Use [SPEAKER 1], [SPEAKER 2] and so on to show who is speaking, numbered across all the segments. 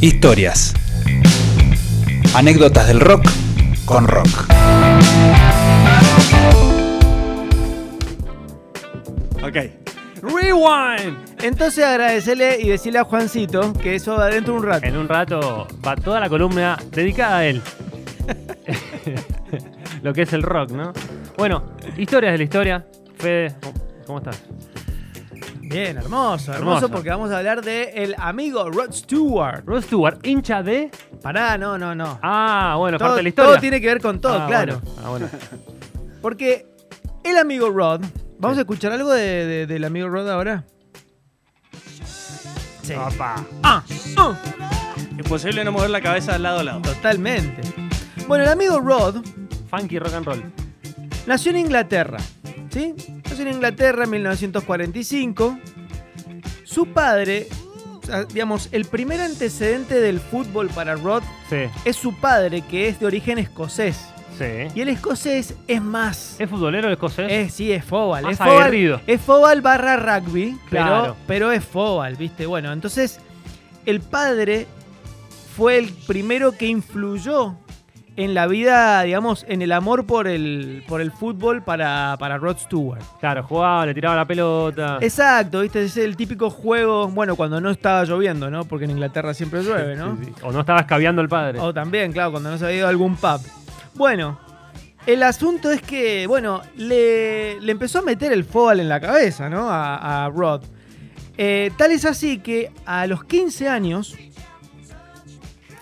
[SPEAKER 1] Historias. Anécdotas del rock con rock.
[SPEAKER 2] Ok. Rewind.
[SPEAKER 3] Entonces agradecerle y decirle a Juancito que eso va dentro de un rato.
[SPEAKER 2] En un rato va toda la columna dedicada a él. Lo que es el rock, ¿no? Bueno, historias de la historia. Fede, ¿cómo estás?
[SPEAKER 3] Bien, hermoso, hermoso,
[SPEAKER 2] Hermoso.
[SPEAKER 3] porque vamos a hablar de el amigo Rod Stewart.
[SPEAKER 2] Rod Stewart, hincha de.
[SPEAKER 3] Pará, no, no, no.
[SPEAKER 2] Ah, bueno,
[SPEAKER 3] todo,
[SPEAKER 2] parte de la historia.
[SPEAKER 3] todo tiene que ver con todo,
[SPEAKER 2] Ah,
[SPEAKER 3] claro.
[SPEAKER 2] bueno, ah, bueno.
[SPEAKER 3] Porque el amigo Rod, ¿vamos
[SPEAKER 2] Sí.
[SPEAKER 3] a escuchar algo de- de- del amigo Rod ahora? Sí.
[SPEAKER 2] Papá.
[SPEAKER 3] Ah, ah.
[SPEAKER 4] Imposible no mover la cabeza de lado a lado.
[SPEAKER 3] Totalmente. Bueno, el amigo Rod
[SPEAKER 2] Funky rock and roll.
[SPEAKER 3] nació en Inglaterra, ¿sí? Nació en Inglaterra en 1945. Su padre, o sea, digamos, el primer antecedente del fútbol para Rod
[SPEAKER 2] Sí,
[SPEAKER 3] es su padre, que es de origen escocés.
[SPEAKER 2] sí.
[SPEAKER 3] Y el escocés es más...
[SPEAKER 2] ¿Es futbolero el escocés?
[SPEAKER 3] Es, sí, es Fobal.
[SPEAKER 2] Más
[SPEAKER 3] Es Fobal,
[SPEAKER 2] aguerrido.
[SPEAKER 3] es Fobal barra rugby, pero-
[SPEAKER 2] Claro.
[SPEAKER 3] pero, es Fobal, ¿viste? Bueno, entonces el padre fue el primero que influyó en la vida, digamos, en el amor por el, por el fútbol para, para Rod Stewart.
[SPEAKER 2] Claro, jugaba, le tiraba la pelota.
[SPEAKER 3] Exacto, ¿viste? Es el típico juego, bueno, cuando no estaba lloviendo, ¿no? Porque en Inglaterra siempre llueve, ¿no?
[SPEAKER 2] Sí, sí. O no estaba escabeando el padre.
[SPEAKER 3] O también, claro, cuando no se había ido a algún pub. Bueno, el asunto es que, bueno, le, le empezó a meter el fóbal en la cabeza, ¿no? A, a Rod. Eh, tal es así que a los 15 años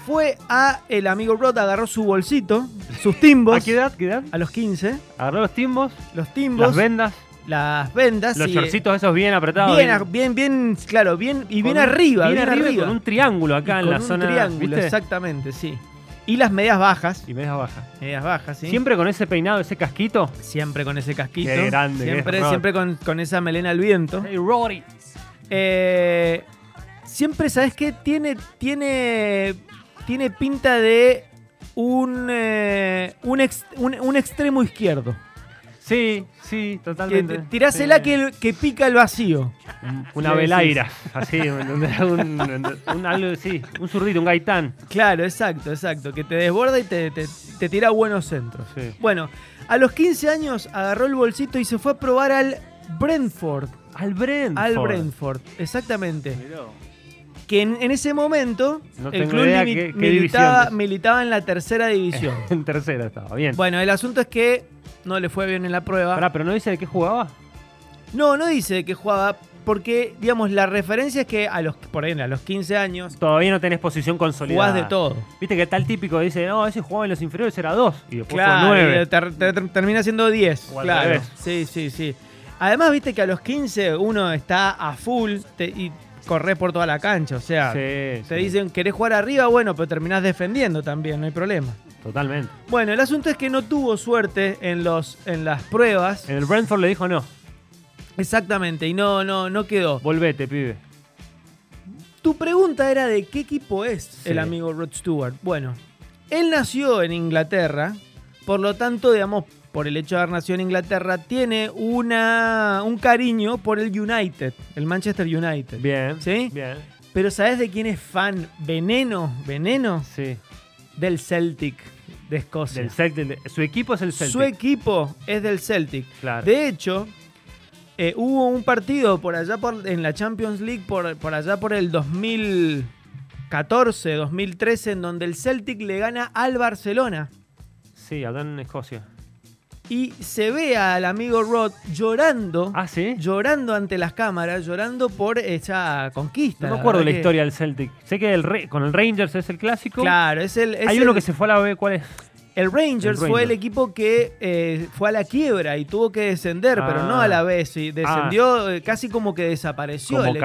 [SPEAKER 3] fue a el amigo Rod, agarró su bolsito, sus timbos.
[SPEAKER 2] ¿A qué edad? ¿Qué edad?
[SPEAKER 3] A los 15,
[SPEAKER 2] Agarró los timbos,
[SPEAKER 3] los timbos,
[SPEAKER 2] las
[SPEAKER 3] las,
[SPEAKER 2] vendas,
[SPEAKER 3] vendas.
[SPEAKER 2] los
[SPEAKER 3] y-
[SPEAKER 2] chorcitos esos bien apretados.
[SPEAKER 3] Bien, a- bien, bien, claro, bien, y bien
[SPEAKER 2] con un-
[SPEAKER 3] arriba,
[SPEAKER 2] bien arriba. y
[SPEAKER 3] arriba.
[SPEAKER 2] Con un triángulo
[SPEAKER 3] Y
[SPEAKER 2] acá en
[SPEAKER 3] con
[SPEAKER 2] la
[SPEAKER 3] un
[SPEAKER 2] zona.
[SPEAKER 3] triángulo,
[SPEAKER 2] ¿viste?
[SPEAKER 3] exactamente, sí. Y las medias bajas.
[SPEAKER 2] Y medias bajas.
[SPEAKER 3] Medias bajas, sí.
[SPEAKER 2] Siempre con ese peinado, ese casquito.
[SPEAKER 3] Siempre con ese casquito.
[SPEAKER 2] Qué grande que
[SPEAKER 3] Siempre,
[SPEAKER 2] es Rod.
[SPEAKER 3] siempre con, con esa melena al viento.
[SPEAKER 2] Hey, Rory.
[SPEAKER 3] Eh, siempre, ¿sabes qué? Tiene, tiene, tiene pinta de un, eh, un, ex- un- un extremo izquierdo.
[SPEAKER 2] Sí, sí,
[SPEAKER 3] Que
[SPEAKER 2] totalmente.
[SPEAKER 3] te- tirásela
[SPEAKER 2] Sí.
[SPEAKER 3] que, que pica el vacío.
[SPEAKER 2] Un- Una
[SPEAKER 3] Sí, sí,
[SPEAKER 2] velaira. Así, ¿me entendés? un, un- un algo, sí, un zurdito, un gaitán.
[SPEAKER 3] Claro, exacto, exacto. Que te desborda y te, te- te tira buenos centros.
[SPEAKER 2] Sí.
[SPEAKER 3] Bueno, a los 15 años agarró el bolsito y se fue a probar al Brentford.
[SPEAKER 2] Al Brentford.
[SPEAKER 3] Al Brentford, exactamente.
[SPEAKER 4] Miró.
[SPEAKER 3] que en, en ese momento
[SPEAKER 2] No
[SPEAKER 3] el
[SPEAKER 2] tengo
[SPEAKER 3] club
[SPEAKER 2] idea
[SPEAKER 3] limi-
[SPEAKER 2] qué- qué
[SPEAKER 3] militaba,
[SPEAKER 2] división es.
[SPEAKER 3] militaba en la tercera división.
[SPEAKER 2] En tercera estaba, bien.
[SPEAKER 3] bueno, el asunto es que no le fue bien en la prueba.
[SPEAKER 2] Pará, pero no dice de qué jugaba.
[SPEAKER 3] No, no dice que jugaba porque, digamos, la referencia es que a los, por ahí, a los 15 años
[SPEAKER 2] Todavía no tenés posición consolidada.
[SPEAKER 3] jugás de todo.
[SPEAKER 2] Viste que tal típico dice, no, ese jugaba en los inferiores era dos. Y después
[SPEAKER 3] Claro,
[SPEAKER 2] fue
[SPEAKER 3] y
[SPEAKER 2] nueve.
[SPEAKER 3] ter- ter- ter- termina siendo 10.
[SPEAKER 2] O al
[SPEAKER 3] Claro.
[SPEAKER 2] revés.
[SPEAKER 3] Sí, sí, sí. Además, viste que a los 15 uno está a full te- y corres por toda la cancha. O sea,
[SPEAKER 2] Sí,
[SPEAKER 3] te
[SPEAKER 2] sí,
[SPEAKER 3] dicen, ¿querés jugar arriba? Bueno, pero terminás defendiendo también, no hay problema.
[SPEAKER 2] Totalmente.
[SPEAKER 3] Bueno, el asunto es que no tuvo suerte en, los, en las pruebas.
[SPEAKER 2] En el Brentford le dijo, no,
[SPEAKER 3] Exactamente, y no, no, no quedó.
[SPEAKER 2] volvete, pibe.
[SPEAKER 3] Tu pregunta era de qué equipo es el
[SPEAKER 2] Sí.
[SPEAKER 3] amigo Rod Stewart. Bueno, él nació en Inglaterra, por lo tanto, digamos, por el hecho de haber nacido en Inglaterra, tiene una, un cariño por el United, el Manchester United.
[SPEAKER 2] Bien.
[SPEAKER 3] ¿Sí?
[SPEAKER 2] Bien.
[SPEAKER 3] Pero ¿sabes de quién es fan? Veneno, veneno
[SPEAKER 2] Sí.
[SPEAKER 3] del Celtic de Escocia.
[SPEAKER 2] Del Celtic. Su equipo es el Celtic.
[SPEAKER 3] Su equipo es del Celtic.
[SPEAKER 2] Claro.
[SPEAKER 3] De hecho, eh, hubo un partido por allá por, en la Champions League, por, por allá por el 2014, 2013, en donde el Celtic le gana al Barcelona.
[SPEAKER 2] Sí, allá en Escocia.
[SPEAKER 3] Y se ve al amigo Rod llorando,
[SPEAKER 2] Ah, sí.
[SPEAKER 3] llorando ante las cámaras, llorando por esa conquista.
[SPEAKER 2] No me acuerdo la
[SPEAKER 3] verdad que-
[SPEAKER 2] historia del Celtic. Sé que el Re- con el Rangers es el clásico.
[SPEAKER 3] Claro, es el. es
[SPEAKER 2] Hay uno
[SPEAKER 3] el-
[SPEAKER 2] que se fue a la B, ¿cuál es?
[SPEAKER 3] El Rangers
[SPEAKER 2] El
[SPEAKER 3] fue el
[SPEAKER 2] Rangers.
[SPEAKER 3] equipo que eh, fue a la quiebra y tuvo que descender, pero
[SPEAKER 2] Ah.
[SPEAKER 3] no a la vez. y Descendió eh, casi como que desapareció
[SPEAKER 2] Como
[SPEAKER 3] el equipo.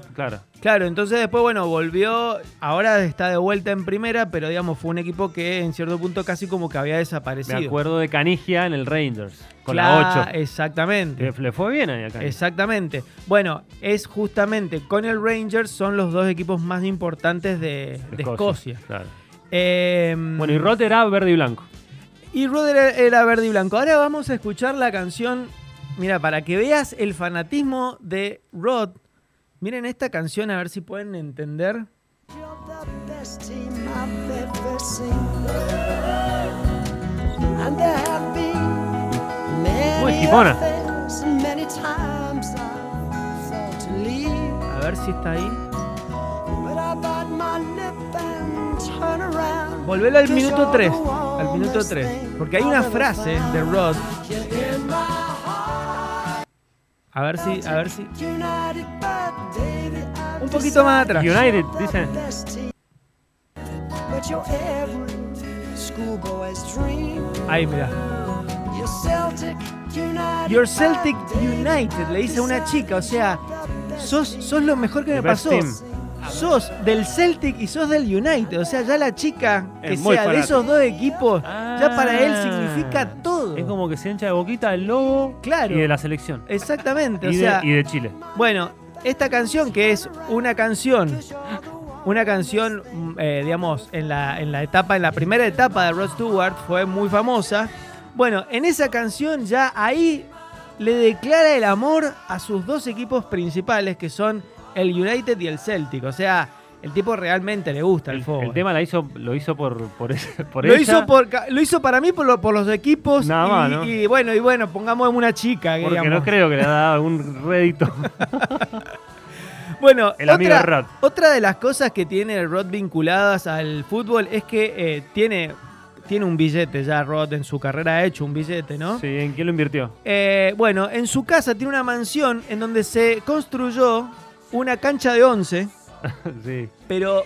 [SPEAKER 2] castigo, claro.
[SPEAKER 3] Claro, entonces después, bueno, volvió. Ahora está de vuelta en primera, pero digamos, fue un equipo que en cierto punto casi como que había
[SPEAKER 2] Me
[SPEAKER 3] desaparecido.
[SPEAKER 2] acuerdo de Canigia en el Rangers, con
[SPEAKER 3] Cla- eh,
[SPEAKER 2] la 8.
[SPEAKER 3] Exactamente.
[SPEAKER 2] Le- Le fue bien ahí a Canigia.
[SPEAKER 3] Exactamente. Bueno, es justamente con el Rangers son los dos equipos más importantes de, de Escocia.
[SPEAKER 2] Claro.
[SPEAKER 3] Eh,
[SPEAKER 2] Bueno, y Rot era verde y blanco.
[SPEAKER 3] Y Rudder era verde y blanco. Ahora vamos a escuchar la canción. Mira, para que veas el fanatismo de Rod. Miren esta canción a ver si pueden entender.
[SPEAKER 5] Jumped up and best team I've ever seen. And there have been
[SPEAKER 2] Uy,
[SPEAKER 5] many
[SPEAKER 2] Timona.
[SPEAKER 5] things, many times I thought to leave.
[SPEAKER 3] A ver si está ahí.
[SPEAKER 5] But I bite my lip and turn around.
[SPEAKER 3] Volvelo al minuto 3.
[SPEAKER 5] 3.
[SPEAKER 3] Al minuto 3. Porque hay una frase de Rod. A ver si, a ver si. Un poquito más atrás.
[SPEAKER 2] United, dice.
[SPEAKER 5] But you're every schoolboy's dream.
[SPEAKER 3] Ahí, mira.
[SPEAKER 5] You're Celtic United.
[SPEAKER 3] Your Celtic United, le dice a una chica. O sea, sos, sos lo mejor que
[SPEAKER 2] The
[SPEAKER 3] me
[SPEAKER 2] best
[SPEAKER 3] pasó.
[SPEAKER 2] team.
[SPEAKER 3] Sos del Celtic y sos del United. O sea, ya la chica que
[SPEAKER 4] Es muy
[SPEAKER 3] sea de
[SPEAKER 4] fanática.
[SPEAKER 3] esos dos equipos, ya para él
[SPEAKER 2] Ah.
[SPEAKER 3] significa todo.
[SPEAKER 2] Es como que se hincha de boquita del lobo
[SPEAKER 3] Claro.
[SPEAKER 2] y de la selección.
[SPEAKER 3] Exactamente.
[SPEAKER 2] Y
[SPEAKER 3] o
[SPEAKER 2] de,
[SPEAKER 3] sea,
[SPEAKER 2] y de Chile.
[SPEAKER 3] Bueno, esta canción que es una canción, una canción, mm, eh, digamos, en la, en la etapa, en la primera etapa de Rod Stewart fue muy famosa. Bueno, en esa canción ya ahí le declara el amor a sus dos equipos principales que son el United y el Celtic. O sea, el tipo realmente le gusta el,
[SPEAKER 2] El,
[SPEAKER 3] fútbol.
[SPEAKER 2] el tema la hizo, lo hizo por, por, ese- por
[SPEAKER 3] lo
[SPEAKER 2] ella.
[SPEAKER 3] hizo, por, ca- lo hizo para mí por, lo- por los equipos
[SPEAKER 2] Nada
[SPEAKER 3] y,
[SPEAKER 2] más, ¿no?
[SPEAKER 3] y bueno, y bueno, pongamos una chica,
[SPEAKER 2] Porque
[SPEAKER 3] digamos.
[SPEAKER 2] no creo que le daba algún rédito.
[SPEAKER 3] Bueno,
[SPEAKER 2] El amigo
[SPEAKER 3] otra,
[SPEAKER 2] Rod.
[SPEAKER 3] otra de las cosas que tiene Rod vinculadas al fútbol es que eh, tiene, tiene un billete ya Rod en su carrera ha hecho un billete, ¿no?
[SPEAKER 2] Sí, ¿en quién lo invirtió?
[SPEAKER 3] Eh, bueno, en su casa tiene una mansión en donde se construyó una cancha de 11,
[SPEAKER 2] sí.
[SPEAKER 3] pero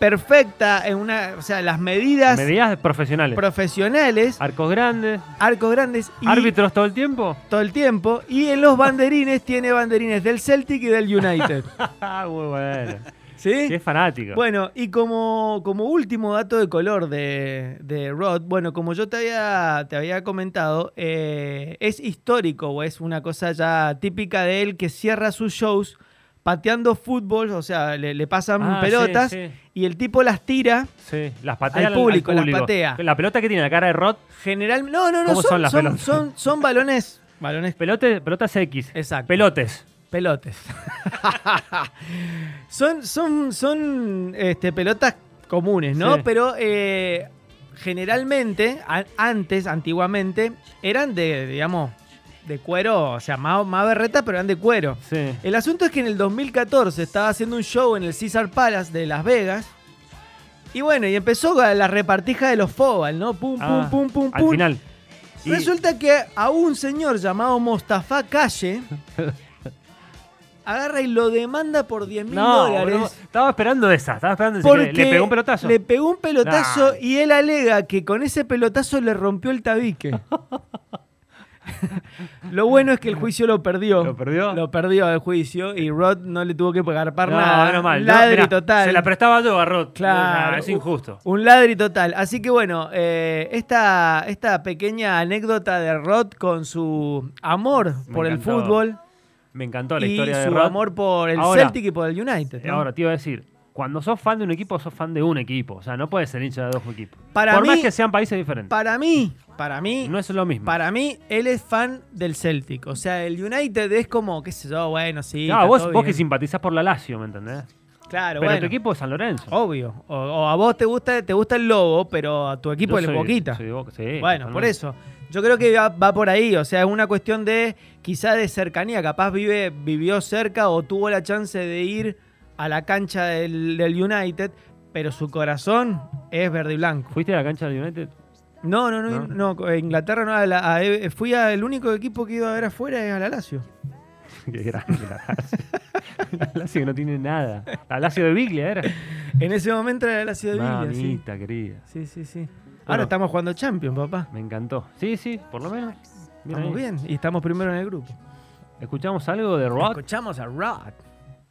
[SPEAKER 3] perfecta en una, o sea, las medidas
[SPEAKER 2] Medidas profesionales.
[SPEAKER 3] profesionales,
[SPEAKER 2] Arcos grandes.
[SPEAKER 3] arcos grandes y
[SPEAKER 2] Árbitros todo el tiempo.
[SPEAKER 3] todo el tiempo y en los banderines tiene banderines del Celtic y del United.
[SPEAKER 2] Ah, muy bueno.
[SPEAKER 3] ¿Sí?
[SPEAKER 2] Sí, es fanático.
[SPEAKER 3] Bueno, y como, como último dato de color de, de Rod, bueno, como yo te había, te había comentado, eh, es histórico o es una cosa ya típica de él que cierra sus shows pateando fútbol, o sea, le, le pasan
[SPEAKER 2] Ah, sí,
[SPEAKER 3] pelotas
[SPEAKER 2] sí,
[SPEAKER 3] y el tipo las tira.
[SPEAKER 2] sí. Las patea
[SPEAKER 3] Al
[SPEAKER 2] al- al
[SPEAKER 3] público, las patea.
[SPEAKER 2] La pelota que tiene la cara de Rod.
[SPEAKER 3] General, no, no, no,
[SPEAKER 2] ¿Cómo
[SPEAKER 3] son,
[SPEAKER 2] son las
[SPEAKER 3] son,
[SPEAKER 2] pelotas?
[SPEAKER 3] son- son balones, balones,
[SPEAKER 2] Pelote, pelotas X.
[SPEAKER 3] Exacto.
[SPEAKER 2] Pelotes.
[SPEAKER 3] pelotes. son, son, son este, pelotas comunes, ¿no?
[SPEAKER 2] Sí.
[SPEAKER 3] Pero eh, generalmente, a- antes, antiguamente, eran de, digamos, de cuero, o sea, más, más berreta, pero eran de cuero.
[SPEAKER 2] Sí.
[SPEAKER 3] El asunto es que en el 2014 estaba haciendo un show en el Caesar Palace de Las Vegas. Y bueno, y empezó con la repartija de los Fobal, ¿no? Pum, pum,
[SPEAKER 2] Ah,
[SPEAKER 3] pum, pum,
[SPEAKER 2] Al
[SPEAKER 3] pum.
[SPEAKER 2] final. Y-
[SPEAKER 3] Resulta que a un señor llamado Mostafa Calle agarra y lo demanda por 10 mil
[SPEAKER 2] No,
[SPEAKER 3] dólares.
[SPEAKER 2] boludo, estaba esperando esa. Estaba esperando esa.
[SPEAKER 3] Porque
[SPEAKER 2] Le, le pegó un pelotazo.
[SPEAKER 3] Le pegó un pelotazo
[SPEAKER 2] Nah.
[SPEAKER 3] y él alega que con ese pelotazo le rompió el tabique. lo bueno es que el juicio lo perdió.
[SPEAKER 2] ¿Lo perdió?
[SPEAKER 3] Lo perdió el juicio y Rod no le tuvo que agarpar
[SPEAKER 2] No,
[SPEAKER 3] nada.
[SPEAKER 2] menos mal.
[SPEAKER 3] Un
[SPEAKER 2] Yo,
[SPEAKER 3] Ladri
[SPEAKER 2] mirá,
[SPEAKER 3] total.
[SPEAKER 2] Se la prestaba yo a Rod.
[SPEAKER 3] Claro.
[SPEAKER 2] Nah, es injusto.
[SPEAKER 3] Un ladri total. Así que bueno, eh, esta, esta pequeña anécdota de Rod con su amor
[SPEAKER 2] Me
[SPEAKER 3] por
[SPEAKER 2] encantó
[SPEAKER 3] el fútbol
[SPEAKER 2] Me encantó la
[SPEAKER 3] y
[SPEAKER 2] historia de
[SPEAKER 3] su
[SPEAKER 2] Rod.
[SPEAKER 3] amor por el
[SPEAKER 2] Ahora-
[SPEAKER 3] Celtic y por el United. ¿no?
[SPEAKER 2] Ahora te iba a decir, cuando sos fan de un equipo, sos fan de un equipo. O sea, no puedes ser hincha de dos equipos.
[SPEAKER 3] Para
[SPEAKER 2] Por
[SPEAKER 3] mí-
[SPEAKER 2] más que sean países diferentes.
[SPEAKER 3] Para mí, para mí,
[SPEAKER 2] No es lo mismo.
[SPEAKER 3] para mí, él es fan del Celtic. O sea, el United es como, qué sé yo, bueno, sí.
[SPEAKER 2] Claro,
[SPEAKER 3] está
[SPEAKER 2] vos,
[SPEAKER 3] todo
[SPEAKER 2] vos que
[SPEAKER 3] bien.
[SPEAKER 2] simpatizás por la Lazio, ¿me entendés?
[SPEAKER 3] Claro,
[SPEAKER 2] Pero
[SPEAKER 3] bueno,
[SPEAKER 2] tu equipo es San Lorenzo.
[SPEAKER 3] Obvio. O, o a vos te gusta, te gusta el lobo, pero a tu equipo
[SPEAKER 2] Yo
[SPEAKER 3] le
[SPEAKER 2] soy-
[SPEAKER 3] poquita.
[SPEAKER 2] soy de Boca, sí,
[SPEAKER 3] Bueno, por
[SPEAKER 2] totalmente.
[SPEAKER 3] eso. Yo creo que va, va por ahí. O sea, es una cuestión de quizá de cercanía. Capaz vive, vivió cerca o tuvo la chance de ir a la cancha del, del United, pero su corazón es verde y blanco.
[SPEAKER 2] ¿Fuiste a la cancha del United?
[SPEAKER 3] No, no, no. no, a Inglaterra no. a la- a- eh, fui al único equipo que iba a ver afuera es a la Lazio.
[SPEAKER 2] Qué grande la Lazio. La Lazio que no tiene nada. La Lazio de Biglia era.
[SPEAKER 3] En ese momento era la Lazio de Villa, sí.
[SPEAKER 2] Mamita querida.
[SPEAKER 3] Sí, sí, sí.
[SPEAKER 2] Bueno.
[SPEAKER 3] Ahora estamos jugando Champions, papá.
[SPEAKER 2] Me encantó. Sí, sí, por lo menos. Mira
[SPEAKER 3] Estamos
[SPEAKER 2] ahí.
[SPEAKER 3] bien y estamos primero en el grupo.
[SPEAKER 2] ¿Escuchamos algo de Rod?
[SPEAKER 3] Escuchamos a Rod.